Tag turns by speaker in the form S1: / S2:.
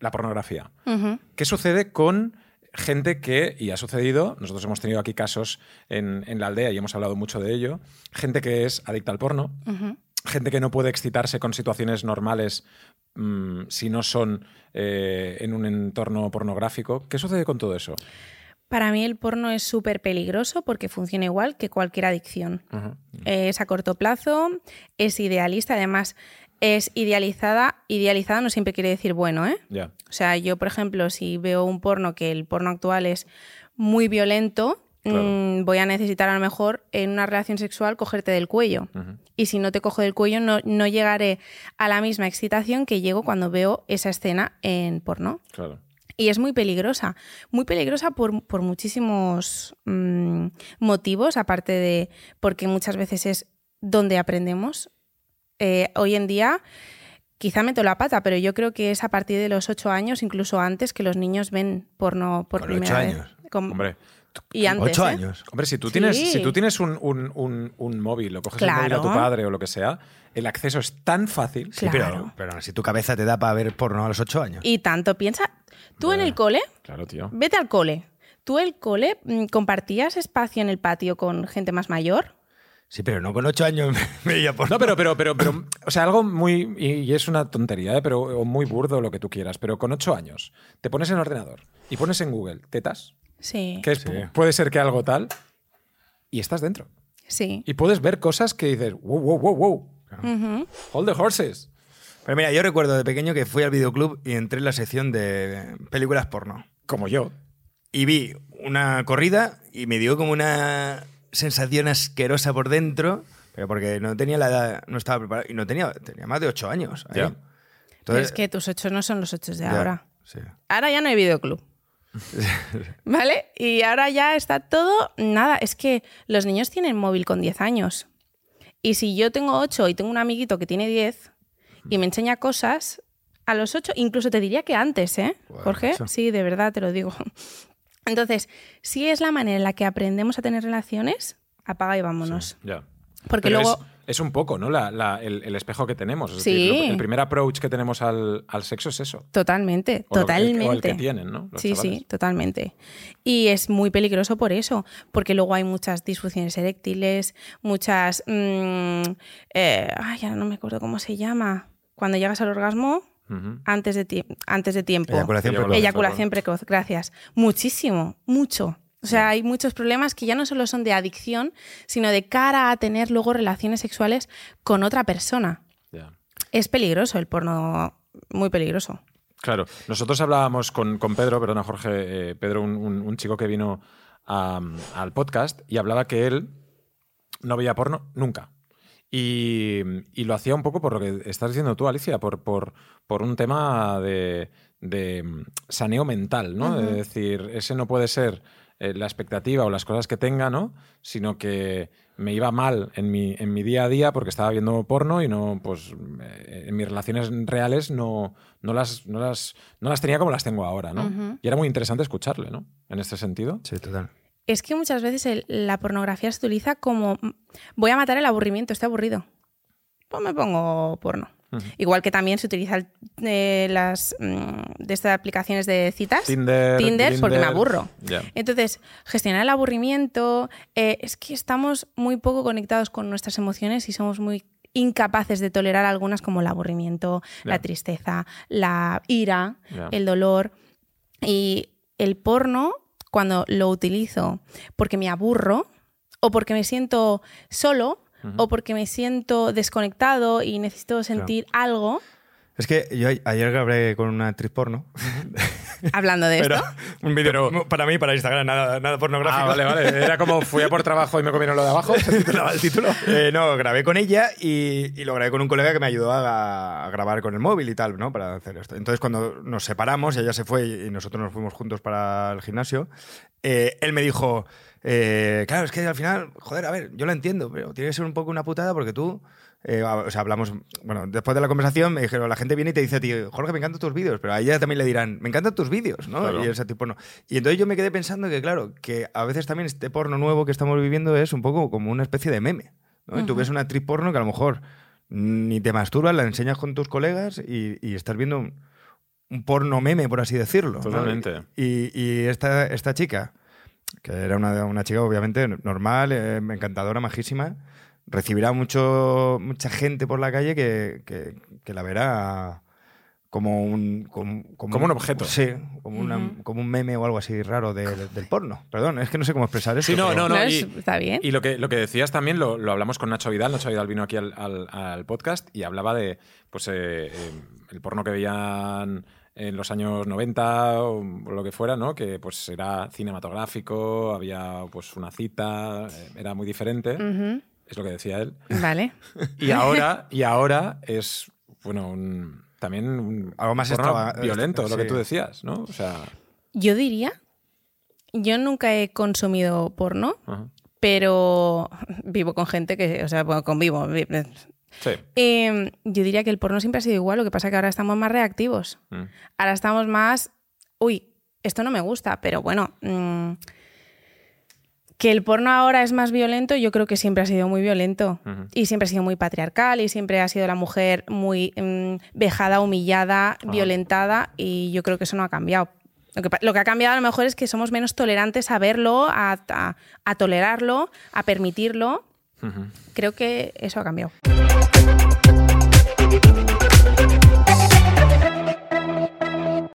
S1: la pornografía.
S2: Ujú.
S1: ¿Qué sucede con gente que, y ha sucedido, nosotros hemos tenido aquí casos en, en la aldea y hemos hablado mucho de ello, gente que es adicta al porno, gente que no puede excitarse con situaciones normales mm, si no son eh, en un entorno pornográfico? ¿Qué sucede con todo eso?
S2: Para mí el porno es súper peligroso porque funciona igual que cualquier adicción. Eh, es a corto plazo, es idealista, además es idealizada. Idealizada no siempre quiere decir bueno, ¿eh?
S1: Ya.
S2: O sea, yo, por ejemplo, si veo un porno que el porno actual es muy violento,
S1: Claro.
S2: mm, voy a necesitar a lo mejor en una relación sexual cogerte del cuello. Y si no te cojo del cuello, no, no llegaré a la misma excitación que llego cuando veo esa escena en porno.
S1: Claro.
S2: Y es muy peligrosa, muy peligrosa por, por muchísimos mm, motivos, aparte de porque muchas veces es donde aprendemos. Eh, hoy en día, quizá meto la pata, pero yo creo que es a partir de los ocho años, incluso antes, que los niños ven porno por
S3: Con
S2: primera
S3: ocho
S2: vez.
S3: años.
S2: Con-
S1: Hombre,
S2: y antes,
S3: Ocho
S2: ¿eh?
S3: años.
S1: Hombre, si tú
S2: Mm. Sí.
S1: tienes, si tú tienes un, un- un- un móvil o coges el móvil a
S2: Claro.
S1: tu padre o lo que sea, el acceso es tan fácil.
S2: Sí,
S3: Pero,
S2: Claro.
S3: pero aún así tu cabeza te da para ver porno a los ocho años.
S2: Y tanto, piensa, tú en el cole,
S1: Claro, tío.
S2: vete al cole. ¿Tú el cole mm, compartías espacio en el patio con gente más mayor?
S3: Sí, pero no con ocho años me veía porno.
S1: No, pero, pero, pero, pero, o sea, algo muy, y, y es una tontería, ¿eh? pero o muy burdo lo que tú quieras, pero con ocho años te pones en el ordenador y pones en Google tetas,
S2: Sí.
S1: que es-
S3: Sí.
S1: puede ser que algo tal, y estás dentro.
S2: Sí.
S1: Y puedes ver cosas que dices, wow, wow, wow, wow,
S2: Ujú.
S1: hold the horses.
S3: Pero mira, yo recuerdo de pequeño que fui al videoclub y entré en la sección de películas porno.
S1: Como yo.
S3: Y vi una corrida y me dio como una sensación asquerosa por dentro, pero porque no tenía la edad, no estaba preparado y no tenía, tenía más de ocho años. ahí.
S1: Ya.
S2: Pero
S3: Entonces-
S2: es que tus ocho no son los ocho de
S3: Ya,
S2: ahora.
S3: sí.
S2: Ahora ya no hay videoclub. ¿Vale? Y ahora ya está todo. Nada, es que los niños tienen móvil con 10 años. Y si yo tengo 8 y tengo un amiguito que tiene 10 y me enseña cosas, a los 8, incluso te diría que antes, ¿eh?
S3: Joder,
S2: Jorge,
S3: macho.
S2: sí, de verdad te lo digo. Entonces, si es la manera en la que aprendemos a tener relaciones, apaga y vámonos.
S1: Ya.
S2: Porque
S1: Pero
S2: luego.
S1: es, es un poco, ¿no? La- la- el, el espejo que tenemos. Es
S2: Sí.
S1: decir, lo- el primer approach que tenemos al, al sexo es eso.
S2: Totalmente,
S1: O lo que-
S2: totalmente.
S1: o el que tienen, ¿no? Los
S2: sí,
S1: chavales.
S2: sí, totalmente. Y es muy peligroso por eso, porque luego hay muchas disfunciones eréctiles, muchas... mm, eh, ay, ahora no me acuerdo cómo se llama. Cuando llegas al orgasmo,
S1: Ujú.
S2: antes de, ti- antes de tiempo.
S3: Eyaculación
S1: Yo
S3: precoz.
S1: lo-
S2: Eyaculación precoz, gracias. Muchísimo, mucho. O sea, hay muchos problemas que ya no solo son de adicción, sino de cara a tener luego relaciones sexuales con otra persona.
S1: Ya.
S2: Es peligroso el porno, muy peligroso.
S1: Claro, nosotros hablábamos con, con Pedro, perdona Jorge, eh, Pedro, un, un- un chico que vino a- al podcast y hablaba que él no veía porno nunca. Y, y lo hacía un poco por lo que estás diciendo tú, Alicia, por, por, por un tema de, de mm, saneo mental, ¿no? Es decir, ese no puede ser eh, la expectativa o las cosas que tenga, ¿no? Sino que me iba mal en mi, en mi día a día porque estaba viendo porno y no, pues, eh, en mis relaciones reales no, no, las, no, las, no las tenía como las tengo ahora, ¿no?
S2: Ujú.
S1: Y era muy interesante escucharle, ¿no? En este sentido.
S3: Sí, total.
S2: Es que muchas veces el- la pornografía se utiliza como "Mm, voy a matar el aburrimiento, estoy aburrido. Pues me pongo porno.
S1: Ujú.
S2: Igual que también se utilizan las mm, de estas aplicaciones de citas.
S1: Tinder.
S2: Tinder, porque me
S1: Grindr.
S2: aburro.
S1: Ya.
S2: Entonces, gestionar el aburrimiento, eh, es que estamos muy poco conectados con nuestras emociones y somos muy incapaces de tolerar algunas como el aburrimiento,
S1: Ya.
S2: la tristeza, la ira,
S1: Ya.
S2: el dolor. Y el porno, cuando lo utilizo porque me aburro o porque me siento solo o porque me siento desconectado y necesito sentir algo,
S3: Es que yo a- ayer hablé con una actriz porno.
S2: hablando de
S3: Pero
S2: esto,
S3: un vídeo para mí, para Instagram, nada, nada pornográfico.
S1: Ah, vale, vale. Era como fui a por trabajo y me comieron lo de abajo. ¿Se titulaba el título?
S3: Eh, no, grabé con ella y, y lo grabé con un colega que me ayudó a, a grabar con el móvil y tal, ¿no? Para hacer esto. Entonces, cuando nos separamos, ella se fue y, y nosotros nos fuimos juntos para el gimnasio, eh, él me dijo, eh, claro, es que al final, joder, a ver, yo lo entiendo, pero tiene que ser un poco una putada porque tú... eh, o sea, hablamos, bueno, después de la conversación me dijeron, la gente viene y te dice a ti, Jorge, me encantan tus vídeos, pero a ella también le dirán, me encantan tus vídeos, ¿no?
S1: Claro.
S3: Y ese tipo no. Y entonces yo me quedé pensando que, claro, que a veces también este porno nuevo que estamos viviendo es un poco como una especie de meme. ¿no? Y tú ves una actriz porno que a lo mejor ni te masturbas, la enseñas con tus colegas y, y estás viendo un, un porno meme, por así decirlo. ¿no?
S1: Totalmente.
S3: Y, y esta, esta chica, que era una, una chica obviamente normal, eh, encantadora, majísima, recibirá mucho, mucha gente por la calle que, que- que la verá como un... Como,
S1: Como un objeto.
S3: Sí, como, una-
S2: Ujú.
S3: como un meme o algo así raro de- del porno. Perdón, es que no sé cómo expresar eso.
S1: Sí, no,
S3: pero-
S1: no, no.
S2: Claro,
S1: y-
S2: es- está bien.
S1: Y lo que, lo que decías también lo, lo hablamos con Nacho Vidal. Nacho Vidal vino aquí al, al- al podcast y hablaba de pues eh, eh, el porno que veían en los años 90 o lo que fuera, ¿no? Que pues era cinematográfico, había pues una cita, eh, era muy diferente.
S2: Ujú,
S1: Es lo que decía él.
S2: Vale.
S1: Y ahora, y ahora es, bueno, un- también un
S3: Algo más
S1: porno
S3: extrava-
S1: violento, lo que
S3: sí.
S1: tú decías, ¿no? O sea,
S2: Yo diría, yo nunca he consumido porno,
S1: ajá.
S2: pero vivo con gente que, o sea, bueno, convivo. vi-
S1: sí.
S2: Eh, yo diría que el porno siempre ha sido igual, lo que pasa que ahora estamos más reactivos.
S1: Mm.
S2: Ahora estamos más, uy, esto no me gusta, pero bueno, mm, que el porno ahora es más violento, yo creo que siempre ha sido muy violento.
S1: Ujú.
S2: Y siempre ha sido muy patriarcal y siempre ha sido la mujer muy mm, vejada, humillada, violentada y yo creo que eso no ha cambiado. Lo que, pa- lo que ha cambiado a lo mejor es que somos menos tolerantes a verlo, a, a- a tolerarlo, a permitirlo.
S1: Ujú.
S2: Creo que eso ha cambiado.